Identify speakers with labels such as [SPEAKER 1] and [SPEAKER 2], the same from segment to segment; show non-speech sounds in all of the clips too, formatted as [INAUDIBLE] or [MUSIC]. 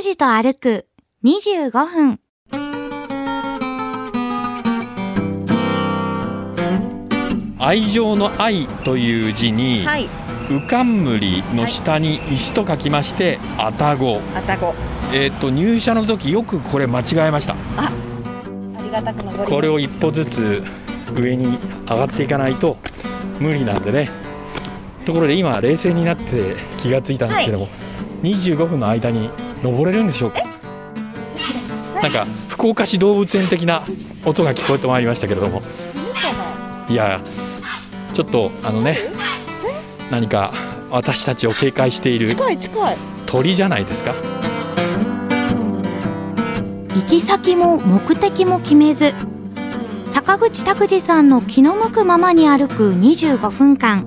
[SPEAKER 1] 事と歩く25分。
[SPEAKER 2] 愛情の愛という字に、
[SPEAKER 3] はい、
[SPEAKER 2] うかんむりの下に石と書きまして、あたご。
[SPEAKER 3] あたご。
[SPEAKER 2] えっ、と、入社の時よくこれ間違えました。
[SPEAKER 3] ありがたく登ります。
[SPEAKER 2] これを一歩ずつ上に上がっていかないと無理なんでねところで今冷静になって気がついたんですけども、25分の間に登れるんでしょうかなんか福岡市動物園的な音が聞こえてまいりましたけれどもいやちょっとあのね何か私たちを警戒している
[SPEAKER 3] 近い近い。
[SPEAKER 2] 鳥じゃないですか
[SPEAKER 1] 行き先も目的も決めず、坂口拓司さんの気の向くままに歩く25分間。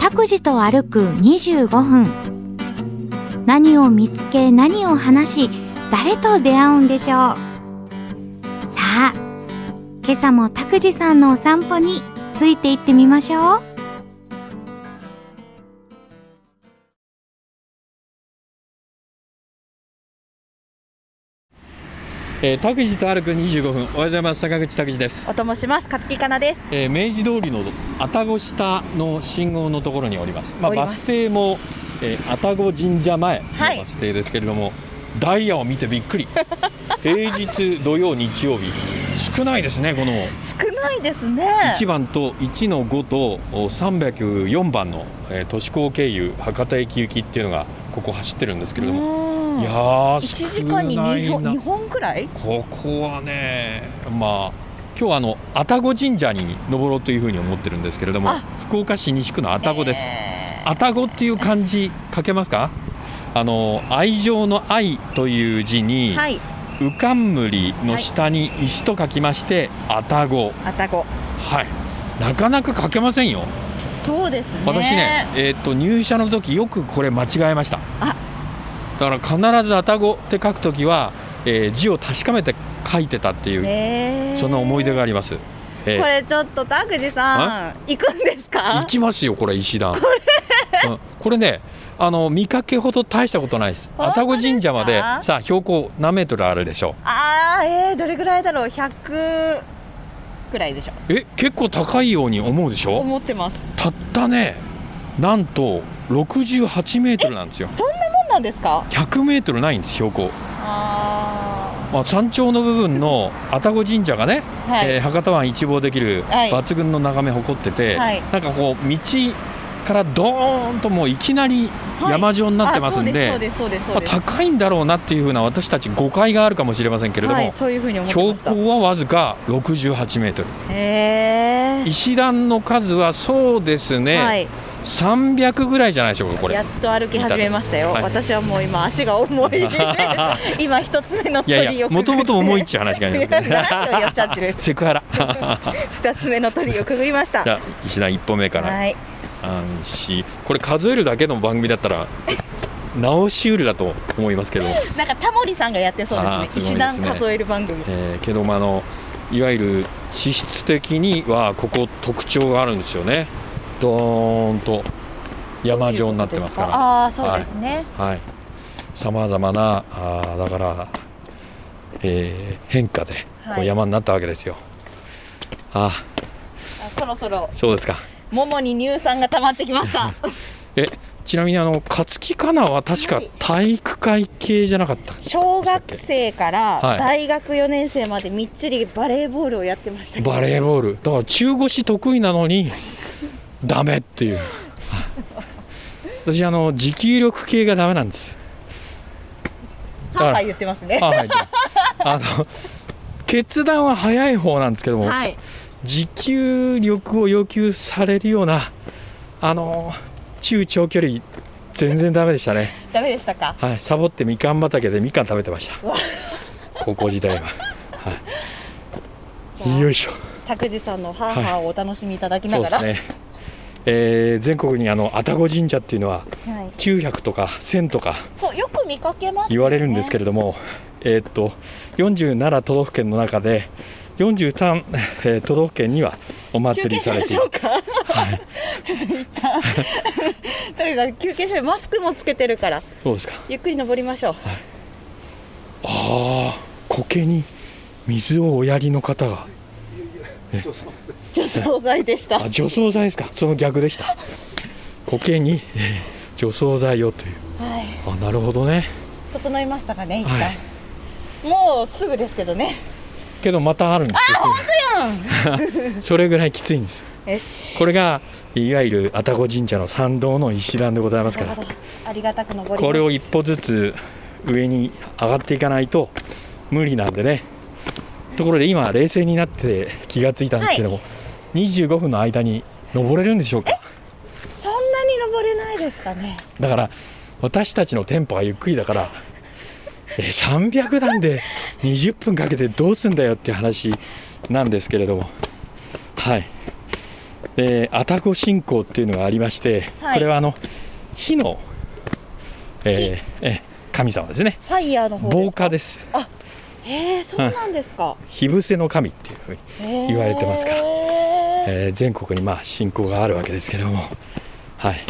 [SPEAKER 1] 拓司と歩く25分。何を見つけ、何を話し、誰と出会うんでしょう。さあ、今朝も拓司さんのお散歩について行ってみましょう。
[SPEAKER 2] えー拓司、と歩く25分おはようございます坂口拓司です
[SPEAKER 3] おともします。かつきかなです。
[SPEAKER 2] えー明治通りの愛宕下の信号のところにおります。まあ、
[SPEAKER 3] おりま
[SPEAKER 2] バ
[SPEAKER 3] す
[SPEAKER 2] ス停も、えー、愛宕神社前の
[SPEAKER 3] はい
[SPEAKER 2] バス停ですけれども、ダイヤを見てびっく
[SPEAKER 3] [LAUGHS]
[SPEAKER 2] り。平日土曜日曜日少ないですねこの
[SPEAKER 3] 少ないですね。
[SPEAKER 2] 1番と1の5とお304番の、えー都市高経由博多駅行きっていうのがここ走ってるんですけれども、
[SPEAKER 3] も
[SPEAKER 2] いやー
[SPEAKER 3] 一時間に
[SPEAKER 2] 少ない
[SPEAKER 3] 二
[SPEAKER 2] な
[SPEAKER 3] 本二本くらい？
[SPEAKER 2] ここはね、まあ、今日はあの愛宕神社に登ろうというふうに思ってるんですけれども
[SPEAKER 3] あ、
[SPEAKER 2] 福岡市西区の愛宕です。
[SPEAKER 3] えー
[SPEAKER 2] 愛宕っていう漢字書けますか？あの愛情の愛という字に、
[SPEAKER 3] はい、
[SPEAKER 2] うかんむりの下に石と書きまして愛宕。
[SPEAKER 3] あたご。
[SPEAKER 2] はい。なかなか書けませんよ。
[SPEAKER 3] そうですね。
[SPEAKER 2] 私ね、えーっと入社の時よくこれ間違えました。
[SPEAKER 3] あ
[SPEAKER 2] だから必ず愛宕って書くときは、えー字を確かめて書いてたっていう。
[SPEAKER 3] えー
[SPEAKER 2] そんな思い出があります。えー
[SPEAKER 3] これちょっと田口さん行くんです
[SPEAKER 2] 行
[SPEAKER 3] か？
[SPEAKER 2] きますよ、これ石段。これ、うん、これね、あの見かけほど大したことないです。愛
[SPEAKER 3] 本当
[SPEAKER 2] 宕神社まで
[SPEAKER 3] ですか、
[SPEAKER 2] さあ、標高何メートルあるでしょ
[SPEAKER 3] ああえー、どれぐらいだろう百くらいでしょ。
[SPEAKER 2] う。え、結構高いように思うでしょ
[SPEAKER 3] 思ってます。
[SPEAKER 2] たったね、なんと68メートルなんですよ。
[SPEAKER 3] そんなもんなんですか？
[SPEAKER 2] 100メートルないんです、標高。
[SPEAKER 3] あ
[SPEAKER 2] まあ、山頂の部分の愛宕神社がね、
[SPEAKER 3] あはい、
[SPEAKER 2] えー博多湾一望できる
[SPEAKER 3] はい
[SPEAKER 2] 抜群の眺め誇ってて、
[SPEAKER 3] はい
[SPEAKER 2] なんかこう道からドーンともういきなり山状になってますん
[SPEAKER 3] あそ
[SPEAKER 2] で
[SPEAKER 3] うですそうですそう
[SPEAKER 2] まあ
[SPEAKER 3] ですそうで
[SPEAKER 2] 高いんだろうなっていうふうな私たち誤解があるかもしれませんけ
[SPEAKER 3] す。
[SPEAKER 2] れども、
[SPEAKER 3] はい、そういうふうに思ってま
[SPEAKER 2] 標
[SPEAKER 3] した。
[SPEAKER 2] 高はわずか68メートル
[SPEAKER 3] へー
[SPEAKER 2] 石段の数はそうですね、
[SPEAKER 3] はい、
[SPEAKER 2] 300ぐらいじゃないでしょうかこれ
[SPEAKER 3] やっと歩き始めましたよ、
[SPEAKER 2] はい
[SPEAKER 3] 私はもう今足が重
[SPEAKER 2] [LAUGHS]
[SPEAKER 3] い今一つ目の
[SPEAKER 2] い
[SPEAKER 3] 鳥を
[SPEAKER 2] やいやもともと重いっちゅう話がありますけどね
[SPEAKER 3] 何をやっちゃって
[SPEAKER 2] [LAUGHS]
[SPEAKER 3] る
[SPEAKER 2] セクハラ
[SPEAKER 3] 二つ目の鳥をくぐりました
[SPEAKER 2] じゃあ石段一歩目から
[SPEAKER 3] はい
[SPEAKER 2] 三四これ数えるだけの番組だったら直しうるだと思いますけど、
[SPEAKER 3] なんかタモリさんがやってそう
[SPEAKER 2] あー
[SPEAKER 3] ですす
[SPEAKER 2] ごい
[SPEAKER 3] ね
[SPEAKER 2] ですね
[SPEAKER 3] 石段数える番組
[SPEAKER 2] えーけどまああのいわゆる地質的にはここ特徴があるんですよねドーンと山状になってますから
[SPEAKER 3] ああーそうですね、
[SPEAKER 2] はいさまざまなあーだから、えー変化で
[SPEAKER 3] はい
[SPEAKER 2] こう山になったわけですよ、あ
[SPEAKER 3] あそろそろ
[SPEAKER 2] あそうですか
[SPEAKER 3] ももに乳酸が溜まってきました
[SPEAKER 2] [LAUGHS] えちなみにあの勝木かなは確か体育会系じゃなかった
[SPEAKER 3] 小学生から
[SPEAKER 2] はい
[SPEAKER 3] 大学4年生までみっちりバレーボールをやってましたけど
[SPEAKER 2] バレーボールだから中腰得意なのにダメっていう私あの持久力系がダメなんです
[SPEAKER 3] 母言ってますね
[SPEAKER 2] あはいあの決断は早い方なんですけども、
[SPEAKER 3] はい
[SPEAKER 2] 持久力を要求されるようなあの中長距離全然ダメでしたね
[SPEAKER 3] ダメでしたか
[SPEAKER 2] はいサボってみかん畑でみかん食べてました高校時代は、
[SPEAKER 3] [LAUGHS]
[SPEAKER 2] はい、よいしょ
[SPEAKER 3] 拓司さんのハーハーをお楽しみいただきな
[SPEAKER 2] そう
[SPEAKER 3] が
[SPEAKER 2] で
[SPEAKER 3] ら、
[SPEAKER 2] すね、えー全国にあの愛宕神社っていうのは
[SPEAKER 3] はい、
[SPEAKER 2] 900とか1000とか
[SPEAKER 3] そうよく見かけます、ね、
[SPEAKER 2] 言われるんですけれども、えーっと47都道府県の中で43、えー都道府県にはお祭
[SPEAKER 3] 休憩
[SPEAKER 2] り
[SPEAKER 3] し
[SPEAKER 2] され
[SPEAKER 3] ま
[SPEAKER 2] てい
[SPEAKER 3] し
[SPEAKER 2] る
[SPEAKER 3] ょうか。 [LAUGHS] ちょっと一
[SPEAKER 2] [LAUGHS]
[SPEAKER 3] 旦。とにかく休憩しましょう。マスクもつけてるから、
[SPEAKER 2] そうですか
[SPEAKER 3] ゆっくり登りましょう。
[SPEAKER 2] ああ苔に水をおやりの方が
[SPEAKER 3] 除草剤でした。
[SPEAKER 2] あ除草剤ですかその逆でした苔に、えー除草剤をという
[SPEAKER 3] はい。
[SPEAKER 2] あなるほどね
[SPEAKER 3] 整いましたかね。一旦。
[SPEAKER 2] はい
[SPEAKER 3] もうすぐですけどね。
[SPEAKER 2] けどまたあるんですよ [LAUGHS] それぐらいきついんです
[SPEAKER 3] よし。
[SPEAKER 2] これがいわゆる愛宕神社の参道の石段でございます
[SPEAKER 3] な
[SPEAKER 2] か
[SPEAKER 3] る
[SPEAKER 2] ら
[SPEAKER 3] ほど。ありがたく登ります。
[SPEAKER 2] これを一歩ずつ上に上がっていかないと無理なんでねところで今冷静になって気がついたんですけども、25分の間に登れるんでしょうか
[SPEAKER 3] そんなに登れないですかね。
[SPEAKER 2] だから私たちのテンポがゆっくりだから [LAUGHS] え300段で20分かけてどうすんだよっていう話なんですけれどもはいで愛宕信仰っていうのがありまして、
[SPEAKER 3] はい
[SPEAKER 2] これはあの火の、えーえー神様ですね
[SPEAKER 3] ファイヤーの方で
[SPEAKER 2] 防
[SPEAKER 3] すか。
[SPEAKER 2] 火です
[SPEAKER 3] へえ、そうなんですか。
[SPEAKER 2] 火伏せの神っていうふうに、言われてますから
[SPEAKER 3] へえ
[SPEAKER 2] えー全国にまあ信仰があるわけですけれどもはい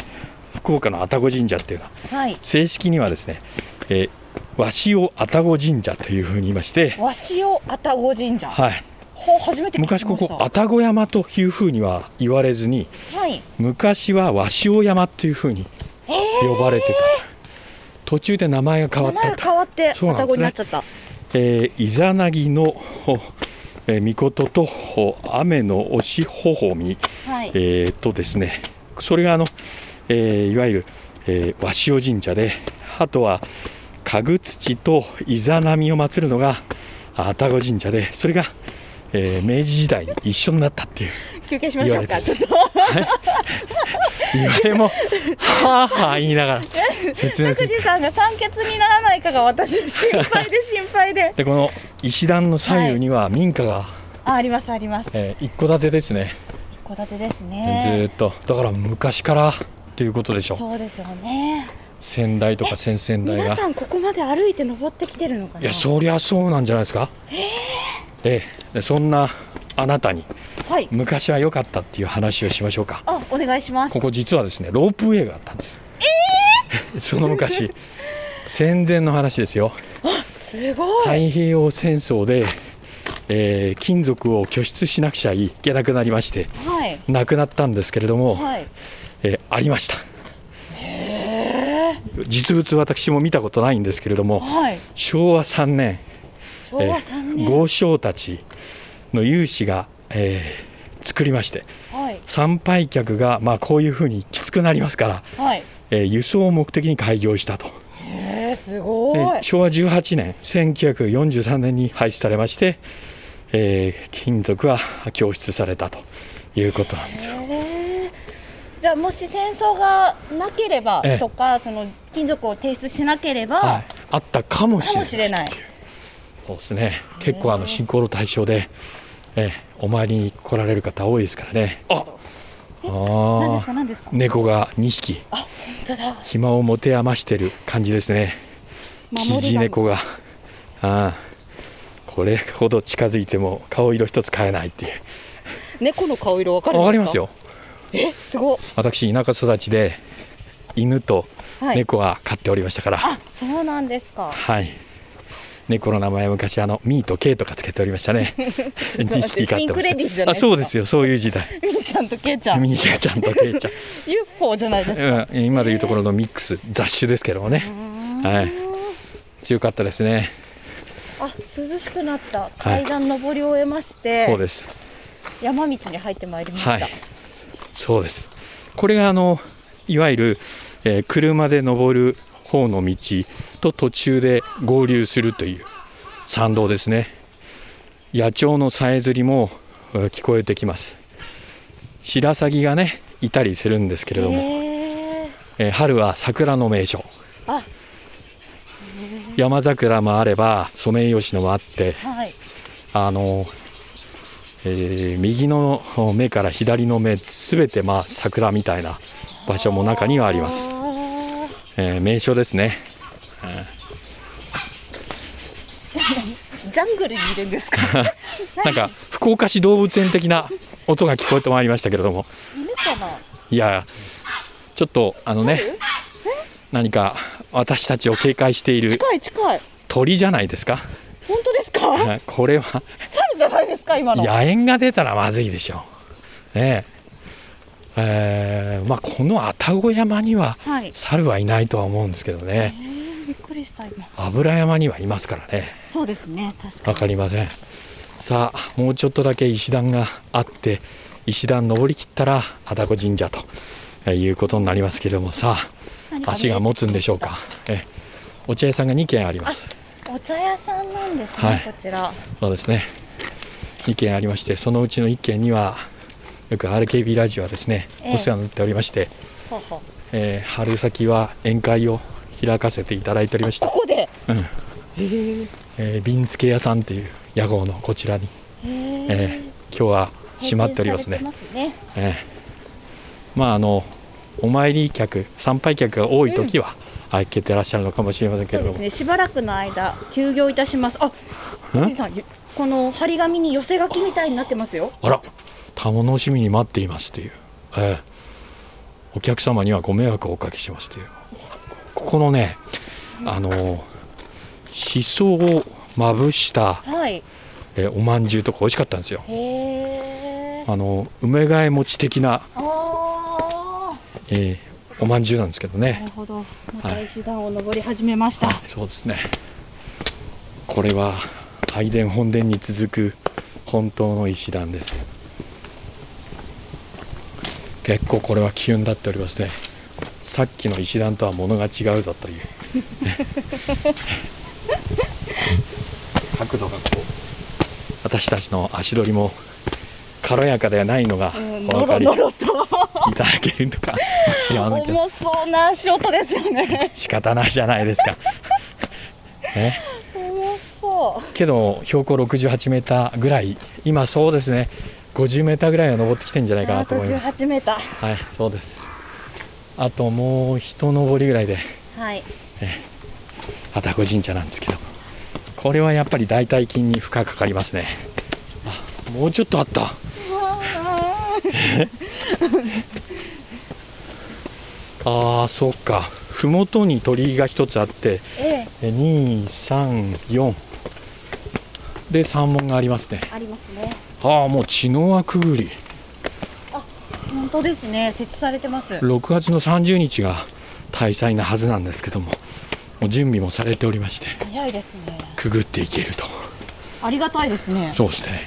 [SPEAKER 2] 福岡の愛宕神社っていうのは
[SPEAKER 3] はい。
[SPEAKER 2] 正式にはですね、えー、和塩愛宕神社というふうに言いまして、
[SPEAKER 3] 和塩愛宕神社。
[SPEAKER 2] はい、
[SPEAKER 3] ほう、初めて聞きまし
[SPEAKER 2] 昔
[SPEAKER 3] た。
[SPEAKER 2] ここ愛宕山というふうには言われずに
[SPEAKER 3] はい。
[SPEAKER 2] 昔は和塩山というふうに
[SPEAKER 3] ええ。
[SPEAKER 2] 呼ばれてた、途中で名前が変わ
[SPEAKER 3] 名
[SPEAKER 2] った
[SPEAKER 3] 前が変わって愛
[SPEAKER 2] そうなんですね
[SPEAKER 3] 宕になっちゃった。
[SPEAKER 2] えー、イザナギの、おえー、御事とお雨の押しほほみ、
[SPEAKER 3] はい。
[SPEAKER 2] えー、とですねそれがあの、えーいわゆる、えー、和塩神社であとは家具土とイザナミを祀るのがあ愛宕神社でそれが、えー明治時代に一緒になったっていう
[SPEAKER 3] 休憩しましょうか。
[SPEAKER 2] 言われて
[SPEAKER 3] ちょ
[SPEAKER 2] ま
[SPEAKER 3] っ
[SPEAKER 2] す
[SPEAKER 3] と。
[SPEAKER 2] 言わ
[SPEAKER 3] [LAUGHS]
[SPEAKER 2] れもはあはあ言いながら説明す
[SPEAKER 3] 拓
[SPEAKER 2] る
[SPEAKER 3] 司さんが酸欠にならないかが私心配で心
[SPEAKER 2] [LAUGHS]
[SPEAKER 3] 配で。
[SPEAKER 2] でこの石段の左右には民家が、
[SPEAKER 3] あ、ありますあります。
[SPEAKER 2] えー一戸建てですね、
[SPEAKER 3] 一戸建てです
[SPEAKER 2] ずー
[SPEAKER 3] ね。
[SPEAKER 2] っとだから昔からということでしょ
[SPEAKER 3] そうですよね。
[SPEAKER 2] 先代とか先々代
[SPEAKER 3] 皆
[SPEAKER 2] が
[SPEAKER 3] さんここまで歩いて登ってきてるのか
[SPEAKER 2] い
[SPEAKER 3] な。
[SPEAKER 2] やそりゃそうなんじゃないですか、ででそんなあなたに
[SPEAKER 3] はい。
[SPEAKER 2] 昔は良かったっていう話をしましょうか
[SPEAKER 3] あ、お願いします。
[SPEAKER 2] ここ実はですねロープウェイがあったんです、 [LAUGHS] その昔戦前の話ですよ
[SPEAKER 3] すごい。
[SPEAKER 2] 太平洋戦争で、えー金属を拠出しなくちゃいけなくなりまして
[SPEAKER 3] はい。
[SPEAKER 2] 亡くなったんですけれども、
[SPEAKER 3] はい。
[SPEAKER 2] えーありました実物私も見たことないんですけれども
[SPEAKER 3] はい。
[SPEAKER 2] 昭和3年
[SPEAKER 3] 昭
[SPEAKER 2] え
[SPEAKER 3] 和
[SPEAKER 2] ー
[SPEAKER 3] 三年。
[SPEAKER 2] 豪商たちの有志が、えー作りまして
[SPEAKER 3] はい。
[SPEAKER 2] 参拝客が、まあ、こういうふうにきつくなりますから、
[SPEAKER 3] はい。
[SPEAKER 2] えー輸送を目的に開業したと
[SPEAKER 3] えー、すごい。
[SPEAKER 2] で昭和18年1943年に廃止されまして、えー金属は供出されたということなんですよ。
[SPEAKER 3] へーじゃあもし戦争がなければ
[SPEAKER 2] ええ
[SPEAKER 3] とか、その金属を提出しなければ、
[SPEAKER 2] はい、あったかもしれ
[SPEAKER 3] かも
[SPEAKER 2] ない
[SPEAKER 3] しれない。
[SPEAKER 2] そうですね結構あの信仰の対象で、えーお参りに来られる方多いですからねああ
[SPEAKER 3] 何です
[SPEAKER 2] ー
[SPEAKER 3] か何ですか。
[SPEAKER 2] 猫が2匹
[SPEAKER 3] 本当だ。
[SPEAKER 2] 暇を持て余してる感じですねキジ猫がああこれほど近づいても顔色一つ変えないっていう
[SPEAKER 3] 猫の顔色わかるんで
[SPEAKER 2] わ
[SPEAKER 3] すか。
[SPEAKER 2] かります。よ
[SPEAKER 3] え、すごい。
[SPEAKER 2] 私田舎育ちで犬と
[SPEAKER 3] はい
[SPEAKER 2] 猫は飼っておりましたからはい、
[SPEAKER 3] あ、そうなんですか。
[SPEAKER 2] 猫の名前は昔あのミーとケイとかつけておりました
[SPEAKER 3] [LAUGHS]
[SPEAKER 2] ね
[SPEAKER 3] と待って
[SPEAKER 2] 2匹飼ってました
[SPEAKER 3] ピンクレディーじゃないですか
[SPEAKER 2] あそうですよそういう時代
[SPEAKER 3] みーちゃんとけいちゃん、
[SPEAKER 2] ミーちゃんとケイちゃん
[SPEAKER 3] UFO じゃないですか。
[SPEAKER 2] うん、今でいうところのミックス雑種ですけどもねはい強かったですね
[SPEAKER 3] あ、涼しくなった。階段登り終えまして、
[SPEAKER 2] そうです
[SPEAKER 3] 山道に入ってまいりました。
[SPEAKER 2] はい、そうです。これがあのいわゆる、えー車で登る方の道と途中で合流するという参道ですね。野鳥のさえずりもえー聞こえてきます。白鷺がねいたりするんですけれども、
[SPEAKER 3] へー
[SPEAKER 2] えー春は桜の名所
[SPEAKER 3] あ、
[SPEAKER 2] 山桜もあればソメイヨシノもあって
[SPEAKER 3] はい。
[SPEAKER 2] あの、えー右の目から左の目すべてまあ桜みたいな場所も中にはあります、
[SPEAKER 3] あ
[SPEAKER 2] えー名所ですね
[SPEAKER 3] ージャングルにいる
[SPEAKER 2] [LAUGHS]
[SPEAKER 3] んですか
[SPEAKER 2] なんか福岡市動物園的な音が聞こえてまいりましたけれども
[SPEAKER 3] 犬かない
[SPEAKER 2] やちょっとあのね何か私たちを警戒している
[SPEAKER 3] 近い近い
[SPEAKER 2] 鳥じゃないですか
[SPEAKER 3] 本当ですか
[SPEAKER 2] これは
[SPEAKER 3] 猿じゃないですか今の
[SPEAKER 2] 野猿が出たらまずいでしょうねええーまあこの愛宕山には
[SPEAKER 3] はい、
[SPEAKER 2] 猿はいないとは思うんですけど
[SPEAKER 3] え
[SPEAKER 2] ね
[SPEAKER 3] ー、びっくりした今
[SPEAKER 2] 油山にはいますからね
[SPEAKER 3] そうですね確か
[SPEAKER 2] わ
[SPEAKER 3] に
[SPEAKER 2] かりませんさあもうちょっとだけ石段があって石段登りきったら愛宕神社とえーいうことになりますけれどもさ
[SPEAKER 3] 何
[SPEAKER 2] あ
[SPEAKER 3] か
[SPEAKER 2] 足が持つんでしょうかええお茶屋さんが2軒あります
[SPEAKER 3] お茶屋さんなんですね、
[SPEAKER 2] はい
[SPEAKER 3] こちら
[SPEAKER 2] そうですね2軒ありましてそのうちの1軒にはよく RKB ラジオはですね
[SPEAKER 3] ええ
[SPEAKER 2] お世話になっておりまして、
[SPEAKER 3] ほうほう
[SPEAKER 2] えー春先は宴会を開かせていただいておりました
[SPEAKER 3] こ、こで
[SPEAKER 2] うん
[SPEAKER 3] へー
[SPEAKER 2] えー、瓶付け屋さんという屋号のこちらに、
[SPEAKER 3] へー
[SPEAKER 2] えー今日は閉まっておりますね
[SPEAKER 3] 閉店されてますね
[SPEAKER 2] ええまああのお参り客参拝客が多い時は、開けてらっしゃるのかもしれませんけれ
[SPEAKER 3] そ
[SPEAKER 2] ど
[SPEAKER 3] うで
[SPEAKER 2] も、
[SPEAKER 3] すねしばらくの間休業いたしますあ富士
[SPEAKER 2] ん
[SPEAKER 3] さんゆこの張り紙に寄せ書きみたいになってますよ
[SPEAKER 2] あら楽しみに待っていますという、ええお客様にはご迷惑をおかけしますというここのねあのしそをまぶした、
[SPEAKER 3] はい
[SPEAKER 2] えおまんじゅうとか美味しかったんですよ
[SPEAKER 3] へえ
[SPEAKER 2] あの梅替え餅的な、
[SPEAKER 3] あ
[SPEAKER 2] ええおまんじゅうなんですけど
[SPEAKER 3] ーな
[SPEAKER 2] ね
[SPEAKER 3] るほどまた石段を登り始めました、
[SPEAKER 2] そうですねこれは拝殿本殿に続く本当の石段です結構これは気運だっておりますねさっきの石段とは物が違うぞと
[SPEAKER 3] [LAUGHS]
[SPEAKER 2] いう角度がこう私たちの足取りも軽やかではないのが
[SPEAKER 3] うん
[SPEAKER 2] お分
[SPEAKER 3] のろ
[SPEAKER 2] かり
[SPEAKER 3] の
[SPEAKER 2] い
[SPEAKER 3] ろと
[SPEAKER 2] ただけるの
[SPEAKER 3] [LAUGHS]
[SPEAKER 2] かもしれませんけど
[SPEAKER 3] 重そうな足音ですよね
[SPEAKER 2] 仕方ないじゃない
[SPEAKER 3] [LAUGHS]
[SPEAKER 2] ですか。ね、
[SPEAKER 3] 重そう
[SPEAKER 2] けど標高68メーターぐらい今そうですね50メーターぐらいは登ってきてんじゃないかなと思います。
[SPEAKER 3] 18メーター
[SPEAKER 2] はいそうです。あともう一登りぐらいで
[SPEAKER 3] はい
[SPEAKER 2] 愛宕神社なんですけどこれはやっぱり大腿筋に負荷かかりますね。あもうちょっとあった。 [LAUGHS] ああそうか麓に鳥居が一つあって
[SPEAKER 3] ええ
[SPEAKER 2] え234で三門がありますね。
[SPEAKER 3] ありますね
[SPEAKER 2] ああもう血の輪くぐり
[SPEAKER 3] 本当ですね設置されてます
[SPEAKER 2] 6月の30日が大祭なはずなんですけどももう準備もされておりまして
[SPEAKER 3] 早いですね
[SPEAKER 2] くぐっていけると
[SPEAKER 3] ありがたいですね
[SPEAKER 2] そうですね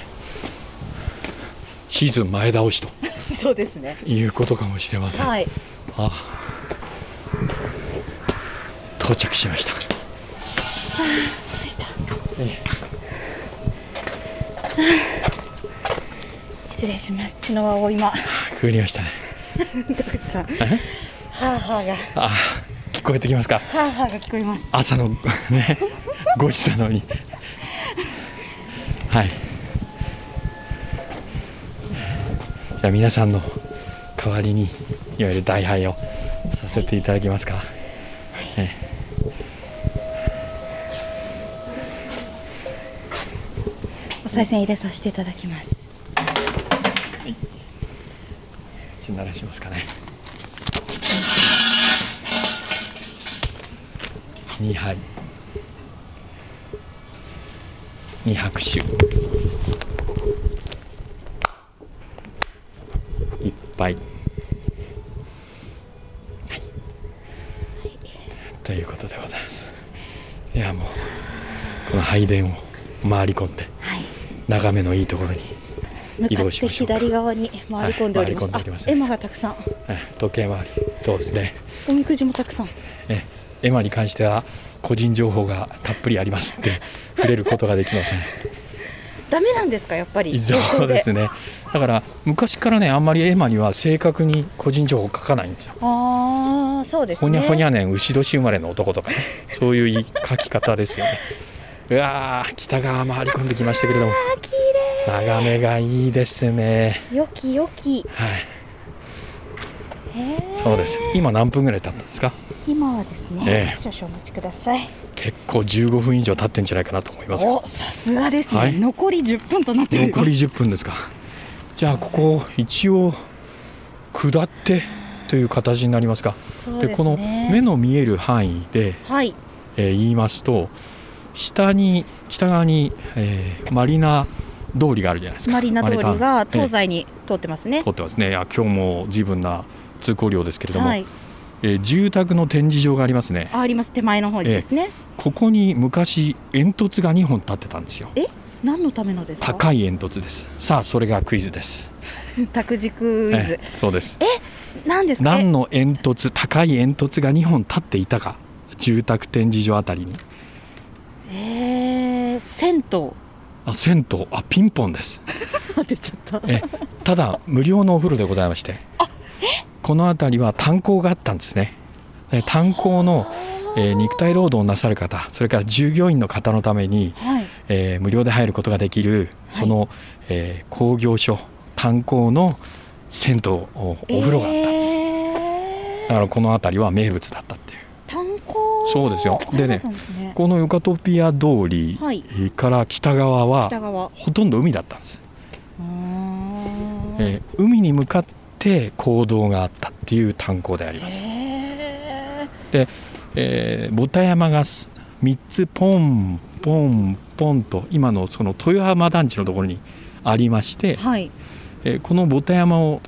[SPEAKER 2] シーズン前倒しと
[SPEAKER 3] [LAUGHS] そうですね
[SPEAKER 2] いうことかもしれません、あ
[SPEAKER 3] はい
[SPEAKER 2] あ到着しました着いたえ
[SPEAKER 3] 失礼します血の輪を [LAUGHS] 今
[SPEAKER 2] えくぐりましたね
[SPEAKER 3] 田口さんは
[SPEAKER 2] え
[SPEAKER 3] あはあがは
[SPEAKER 2] ああ聞こえてきますか
[SPEAKER 3] あはあが聞こえます
[SPEAKER 2] 朝のね5時なのにはいじゃあ皆さんの代わりにいわゆる大拝をさせていただきますか、え
[SPEAKER 3] お賽銭入れさせていただきます
[SPEAKER 2] え、ちならしますかね2杯2拍手1杯、はい、ということでございますいやもうこの拝殿を回り込んで
[SPEAKER 3] はい
[SPEAKER 2] 眺めのいいところに
[SPEAKER 3] 向
[SPEAKER 2] 移
[SPEAKER 3] か
[SPEAKER 2] 動
[SPEAKER 3] っ
[SPEAKER 2] しま
[SPEAKER 3] て
[SPEAKER 2] しょうか
[SPEAKER 3] 左側に回り込んでおります,、
[SPEAKER 2] はい回り込んでおります
[SPEAKER 3] あエマがたくさん
[SPEAKER 2] え時計回りそうですね
[SPEAKER 3] おみくじもたくさん
[SPEAKER 2] えエマに関しては個人情報がたっぷりありますんで触れることができません
[SPEAKER 3] ダメなんですかやっぱり
[SPEAKER 2] 以上ですねだから昔からねあんまりエマには正確に個人情報書かないんですよ
[SPEAKER 3] ああそうですね
[SPEAKER 2] ほにゃほにゃねん牛年生まれの男とかねそういう言い書き方ですよねうわー北側回り込んできましたけれども
[SPEAKER 3] あ綺麗
[SPEAKER 2] 眺めがいいですね
[SPEAKER 3] よきよき
[SPEAKER 2] はい
[SPEAKER 3] へー
[SPEAKER 2] そうです今何分ぐらい経ったんですか
[SPEAKER 3] 今はですね、
[SPEAKER 2] ええ
[SPEAKER 3] 少々お待ちください
[SPEAKER 2] 結結構15分以上経ってんじゃないかなと思いますよ
[SPEAKER 3] お、さすがですね、
[SPEAKER 2] はい
[SPEAKER 3] 残り10分となっております
[SPEAKER 2] 残り10分ですかじゃあここ一応下ってという形になりますが
[SPEAKER 3] そう
[SPEAKER 2] で
[SPEAKER 3] ですね
[SPEAKER 2] この目の見える範囲で、
[SPEAKER 3] はい
[SPEAKER 2] えー言いますと下に北側に、えーマリナ通りがあるじゃないですか
[SPEAKER 3] マリナ通り
[SPEAKER 2] マ
[SPEAKER 3] が
[SPEAKER 2] リタ
[SPEAKER 3] 東
[SPEAKER 2] え
[SPEAKER 3] 西に通ってます
[SPEAKER 2] ー
[SPEAKER 3] ね
[SPEAKER 2] 通ってますねいや今日も随分な通行量ですけれども、
[SPEAKER 3] はい
[SPEAKER 2] えー住宅の展示場がありますね
[SPEAKER 3] ああります手前の方にですね、
[SPEAKER 2] ここに昔煙突が2本立ってたんですよ
[SPEAKER 3] 何のためのですか [LAUGHS]
[SPEAKER 2] 高い煙突ですさあそれがクイズです
[SPEAKER 3] 卓軸クイズ、
[SPEAKER 2] えーそうです
[SPEAKER 3] 何ですかえ
[SPEAKER 2] 何の煙突高い煙突が2本立っていたか住宅展示場あたりに
[SPEAKER 3] えー、銭湯
[SPEAKER 2] あ銭湯あピンポンです
[SPEAKER 3] 当てちゃった
[SPEAKER 2] えただ無料のお風呂でございましてこの辺りは炭鉱があったんですねえ炭鉱の、えー肉体労働をなさる方それから従業員の方のために、
[SPEAKER 3] はい
[SPEAKER 2] えー無料で入ることができる
[SPEAKER 3] はい
[SPEAKER 2] その、えー工業所炭鉱の銭湯おお風呂があったんです、だ
[SPEAKER 3] えー、
[SPEAKER 2] からこの辺りは名物だったっていう
[SPEAKER 3] 炭鉱
[SPEAKER 2] そうですよでね
[SPEAKER 3] 炭鉱だったんですね
[SPEAKER 2] このヨカトピア通り
[SPEAKER 3] はい
[SPEAKER 2] から北側は
[SPEAKER 3] 北側う
[SPEAKER 2] ほとんど海だったんです、
[SPEAKER 3] ーん
[SPEAKER 2] えー海に向かって坑道があったっていう炭鉱であります
[SPEAKER 3] へ
[SPEAKER 2] えー、ボタ山がす3つポンポンポンと今のその豊浜団地のところにありまして
[SPEAKER 3] ー、はい
[SPEAKER 2] えーこのボタ山を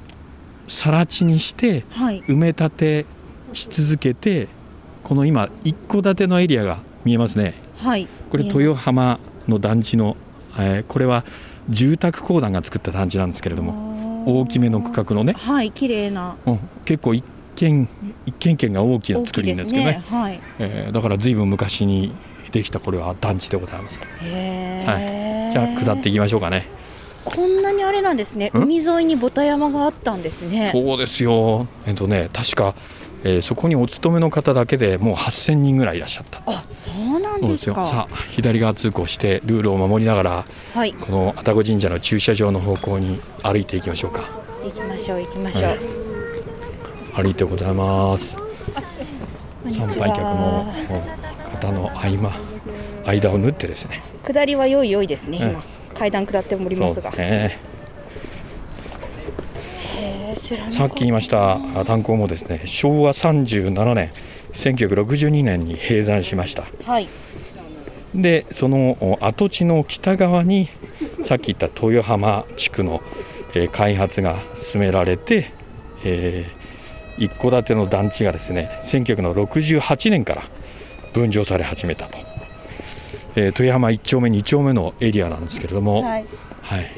[SPEAKER 2] 更地にして
[SPEAKER 3] はい
[SPEAKER 2] 埋め立てし続けてこの今一戸建てのエリアが見えますね
[SPEAKER 3] はい
[SPEAKER 2] これ
[SPEAKER 3] 見えます
[SPEAKER 2] 豊浜の団地の、えーこれは住宅公団が作った団地なんですけれども
[SPEAKER 3] あー
[SPEAKER 2] 大きめの区画のね、
[SPEAKER 3] はい綺麗な
[SPEAKER 2] うん、結構一軒一軒一軒が大きな
[SPEAKER 3] 大き
[SPEAKER 2] 作
[SPEAKER 3] い
[SPEAKER 2] り
[SPEAKER 3] で
[SPEAKER 2] なん
[SPEAKER 3] す
[SPEAKER 2] ですけどね
[SPEAKER 3] ねはい
[SPEAKER 2] えーだからずいぶん昔にできたこれは団地でございます
[SPEAKER 3] へー
[SPEAKER 2] じゃあ下っていきましょうかね、
[SPEAKER 3] こんなにあれなんですね
[SPEAKER 2] ん
[SPEAKER 3] 海沿いにボタ山があったんですね
[SPEAKER 2] そうですよえっとね確か、えーそこにお勤めの方だけでもう8000人ぐらいいらっしゃった
[SPEAKER 3] あそうな
[SPEAKER 2] そう
[SPEAKER 3] んで
[SPEAKER 2] ですすよ
[SPEAKER 3] か
[SPEAKER 2] さあ左側通行してルールを守りながら
[SPEAKER 3] はい
[SPEAKER 2] この愛宕神社の駐車場の方向に歩いていきましょうか
[SPEAKER 3] 行きましょう行きましょう、
[SPEAKER 2] はい歩いてございます
[SPEAKER 3] こん
[SPEAKER 2] 参
[SPEAKER 3] にち
[SPEAKER 2] 拝客の
[SPEAKER 3] は
[SPEAKER 2] 方の合間間を縫ってですね
[SPEAKER 3] 下りは良い良いですね、
[SPEAKER 2] うん
[SPEAKER 3] 今階段下っておりま
[SPEAKER 2] そう
[SPEAKER 3] す
[SPEAKER 2] で
[SPEAKER 3] が
[SPEAKER 2] すね
[SPEAKER 3] へー知らなか
[SPEAKER 2] さっき言いましたあ炭鉱もですね昭和37年1962年に閉山しました
[SPEAKER 3] はい
[SPEAKER 2] でそのお跡地の北側にさっき言った豊浜地区の、えー開発が進められて、えー一戸建ての団地がですね1968年から分譲され始めたと、えー豊浜1丁目2丁目のエリアなんですけれども、
[SPEAKER 3] はい
[SPEAKER 2] はい、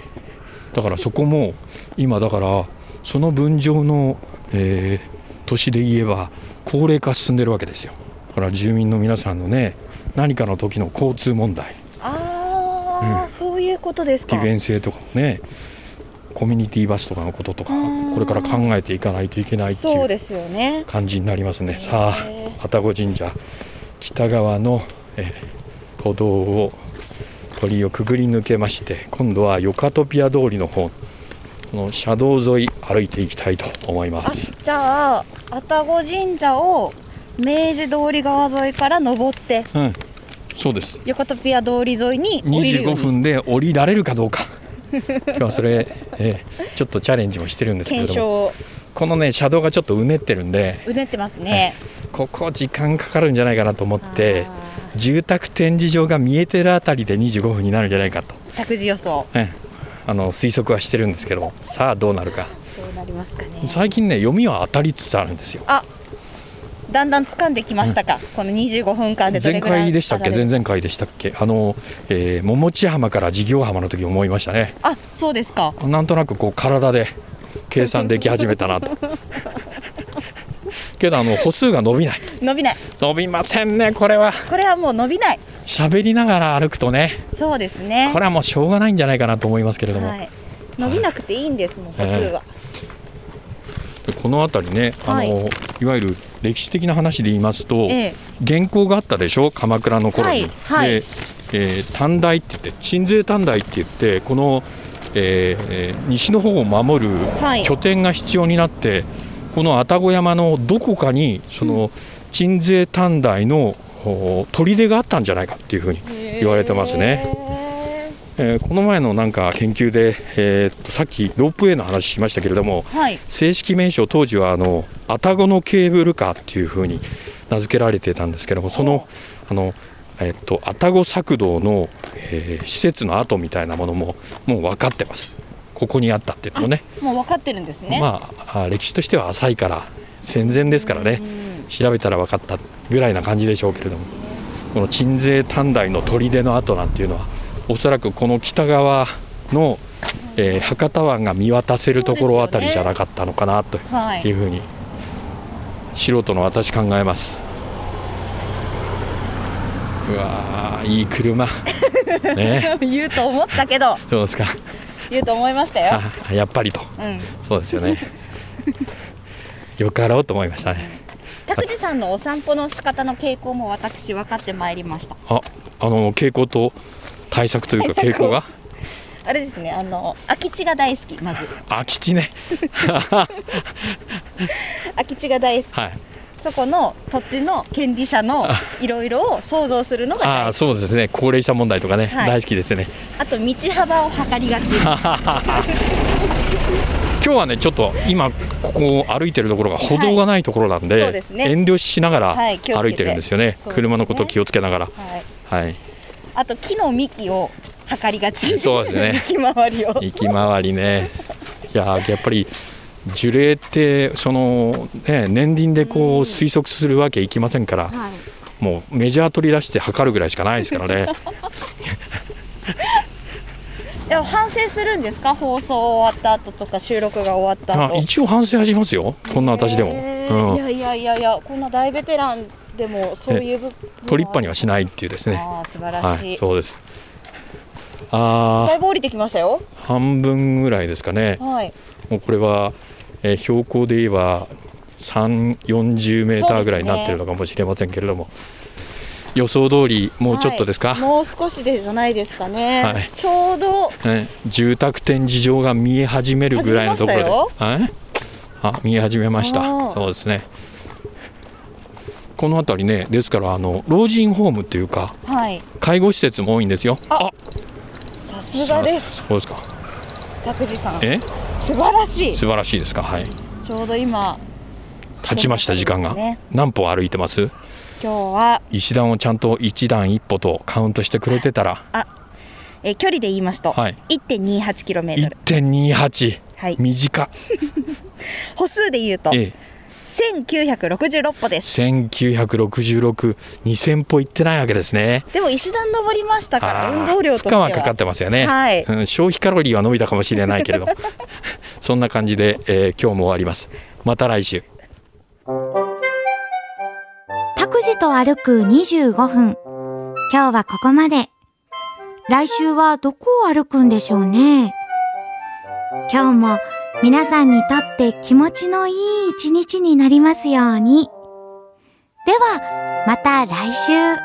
[SPEAKER 2] だからそこも今だからその分譲の、えー年で言えば高齢化進んでるわけですよだから住民の皆さんのね何かの時の交通問題
[SPEAKER 3] ああ、
[SPEAKER 2] うん
[SPEAKER 3] そういうことですか
[SPEAKER 2] 利便性とかもねコミュニティバスとかのこととか
[SPEAKER 3] うん
[SPEAKER 2] これから考えていかないといけないってい
[SPEAKER 3] そう
[SPEAKER 2] う
[SPEAKER 3] ですよね
[SPEAKER 2] 感じになりますね
[SPEAKER 3] へー
[SPEAKER 2] さあ愛宕神社北側の、えー歩道を鳥居をくぐり抜けまして今度はヨカトピア通りの方この車道沿い歩いていきたいと思いま
[SPEAKER 3] あ
[SPEAKER 2] す
[SPEAKER 3] じゃあ愛宕神社を明治通り川沿いから登って
[SPEAKER 2] うんそうです
[SPEAKER 3] ヨカトピア通り沿いに降りるよう
[SPEAKER 2] 25
[SPEAKER 3] に
[SPEAKER 2] 分で降りられるかど [LAUGHS] うか今日はそれ、えーちょっとチャレンジもしてるんですけれ
[SPEAKER 3] 検
[SPEAKER 2] ども
[SPEAKER 3] 証
[SPEAKER 2] このね車道がちょっとうねってるんで
[SPEAKER 3] うねってますね、
[SPEAKER 2] ここ時間かかるんじゃないかなと思って
[SPEAKER 3] あ
[SPEAKER 2] 住宅展示場が見えてるあたりで25分になるんじゃないかと、
[SPEAKER 3] ー託児予想
[SPEAKER 2] ええあの推測はしてるんですけどさあどうなるか
[SPEAKER 3] どうなりますかね
[SPEAKER 2] 最近ね読みは当たりつつあるんですよ
[SPEAKER 3] あだんだん掴んできましたか、この25分間でどれ
[SPEAKER 2] 前
[SPEAKER 3] ぐらい
[SPEAKER 2] 回でしたっけ
[SPEAKER 3] 上が
[SPEAKER 2] 前
[SPEAKER 3] れる
[SPEAKER 2] 々回でしたっけあの、えー桃地浜から事業浜の時思いましたね
[SPEAKER 3] あそうですか
[SPEAKER 2] なんとなくこう体で計算でき始めたな
[SPEAKER 3] [LAUGHS]
[SPEAKER 2] とけどあの歩数が伸びない
[SPEAKER 3] 伸びない
[SPEAKER 2] 伸びませんねこれは
[SPEAKER 3] これはもう伸びない
[SPEAKER 2] 喋りながら歩くとね
[SPEAKER 3] そうですね
[SPEAKER 2] これはもうしょうがないんじゃないかなと思いますけれども、
[SPEAKER 3] はい、伸びなくていいんですもん
[SPEAKER 2] は
[SPEAKER 3] 歩
[SPEAKER 2] い
[SPEAKER 3] 数は、
[SPEAKER 2] でこの辺りねあの、
[SPEAKER 3] はい
[SPEAKER 2] い、わゆる歴史的な話で言いますと、
[SPEAKER 3] ええ
[SPEAKER 2] 元寇があったでしょ鎌倉の頃に。
[SPEAKER 3] はいはい
[SPEAKER 2] で、えー短大って言って鎮西短大って言ってこの、えーえー西の方を守る
[SPEAKER 3] はい
[SPEAKER 2] 拠点が必要になって、この愛宕山のどこかにその鎮西短大のお砦があったんじゃないかっていうふうに、言われてますね
[SPEAKER 3] へ
[SPEAKER 2] えーこの前のなんか研究で、えーっとさっきロープウェイの話しましたけれども
[SPEAKER 3] ー。はい。
[SPEAKER 2] 正式名称当時はあのアタゴのケーブルカーっていうふうに名付けられてたんですけどもそのあの、えっと、愛宕作動の、えー施設の跡みたいなものももう分かってますここにあったっていうのもね
[SPEAKER 3] もう分かってるんですね。
[SPEAKER 2] まああ歴史としては浅いから戦前ですからね
[SPEAKER 3] うん
[SPEAKER 2] 調べたら分かったぐらいな感じでしょうけれどもこの鎮西短大の砦の跡なんていうのはおそらくこの北側の、えー博多湾が見渡せるところあたりじゃなかったのかなと
[SPEAKER 3] は
[SPEAKER 2] いう
[SPEAKER 3] い。
[SPEAKER 2] ふうに素人の私考えますうわーいい
[SPEAKER 3] [LAUGHS]
[SPEAKER 2] 車ね
[SPEAKER 3] [LAUGHS] 言うと思ったけど、
[SPEAKER 2] どうですか
[SPEAKER 3] 言うと思いましたよ。
[SPEAKER 2] あやっぱりと
[SPEAKER 3] うん。
[SPEAKER 2] そうですよ
[SPEAKER 3] [LAUGHS]
[SPEAKER 2] ねよかろうと思いましたね
[SPEAKER 3] 拓司さんのお散歩の仕方の傾向も私分かってまいりました。
[SPEAKER 2] ああの傾向と対策というか
[SPEAKER 3] 対
[SPEAKER 2] 傾
[SPEAKER 3] 策
[SPEAKER 2] 向が
[SPEAKER 3] あれですね、あの空き地が大好きまず。
[SPEAKER 2] 空き地ね
[SPEAKER 3] 空き地が大好き。
[SPEAKER 2] はい
[SPEAKER 3] そこの土地の権利者のいろいろを想像するのが
[SPEAKER 2] ああ
[SPEAKER 3] 大好き。
[SPEAKER 2] そうですね高齢者問題とかね、
[SPEAKER 3] はい
[SPEAKER 2] 大好きですね
[SPEAKER 3] あと道幅を測りがち。
[SPEAKER 2] 今日はねちょっと今ここを歩いてるところが歩道がないところなんで,、
[SPEAKER 3] はいそうですね
[SPEAKER 2] 遠慮しながら
[SPEAKER 3] はい気をつけて
[SPEAKER 2] 歩いてるんですよね,、
[SPEAKER 3] そうですね
[SPEAKER 2] 車のこと気をつけながら
[SPEAKER 3] はい。
[SPEAKER 2] はい
[SPEAKER 3] あと木の幹を測りがち。
[SPEAKER 2] そうですね
[SPEAKER 3] [LAUGHS] 幹回りを。
[SPEAKER 2] 行き回りねいやーやっぱり樹齢ってその、ね、年輪でこう推測するわけいきませんから、
[SPEAKER 1] はい
[SPEAKER 2] もうメジャー取り出して測るぐらいしかないですから
[SPEAKER 3] [LAUGHS]
[SPEAKER 2] ね
[SPEAKER 3] でも反省するんですか放送終わった後とか収録が終わった
[SPEAKER 2] あ
[SPEAKER 3] 後。
[SPEAKER 2] 一応反省始めますよこんな私でも、
[SPEAKER 3] へ
[SPEAKER 2] う
[SPEAKER 3] ー
[SPEAKER 2] ん
[SPEAKER 3] いやいやいやいやこんな大ベテランでもそういう部
[SPEAKER 2] 取りっぱには
[SPEAKER 3] し
[SPEAKER 2] しないっていうですね
[SPEAKER 3] あー素晴ら
[SPEAKER 2] は
[SPEAKER 3] しい、
[SPEAKER 2] いそうですあ
[SPEAKER 3] だいぶ降りてきましたよ
[SPEAKER 2] ー半分ぐらいですかね
[SPEAKER 3] はい
[SPEAKER 2] もうこれは、えー標高で言えば3 40メーターぐらいになってるのかもしれませんけれども、予想通りもうちょっとですか、
[SPEAKER 3] はいもう少しでじゃないですかね、
[SPEAKER 2] はい
[SPEAKER 3] ちょうど
[SPEAKER 2] ね住宅展示場が見え始めるぐらいのところではいあ見え始めました
[SPEAKER 3] おー
[SPEAKER 2] そうですねこの辺りねですからあの老人ホームっていうか
[SPEAKER 3] はい
[SPEAKER 2] 介護施設も多いんですよ
[SPEAKER 3] あさすがです
[SPEAKER 2] そうですか
[SPEAKER 3] 拓司さん
[SPEAKER 2] え
[SPEAKER 3] 素晴らしい
[SPEAKER 2] 素晴らしいですかはい
[SPEAKER 3] ちょうど今
[SPEAKER 2] 経ちました時間が、
[SPEAKER 3] ね
[SPEAKER 2] 何歩歩いてます
[SPEAKER 3] 今日は
[SPEAKER 2] 石段をちゃんと一段一歩とカウントしてくれてたら
[SPEAKER 3] えー距離で言いますと、
[SPEAKER 2] はい
[SPEAKER 3] 1.28km
[SPEAKER 2] 1.28
[SPEAKER 3] はい
[SPEAKER 2] 短っ
[SPEAKER 3] 歩数で言うと
[SPEAKER 2] ええ
[SPEAKER 3] 1966歩です
[SPEAKER 2] 19662000歩行ってないわけですね
[SPEAKER 3] でも石段登りましたから
[SPEAKER 2] あー
[SPEAKER 3] 運動量として
[SPEAKER 2] 負荷
[SPEAKER 3] は
[SPEAKER 2] はかかってますよね、
[SPEAKER 3] はい
[SPEAKER 2] うん消費カロリーは伸びたかも [LAUGHS] しれないけれどそんな感じで、えー今日も終わりますまた来週
[SPEAKER 1] タクジと歩く25分。今日はここまで。来週はどこを歩くんでしょうね。今日も皆さんにとって気持ちのいい一日になりますように。では、また来週。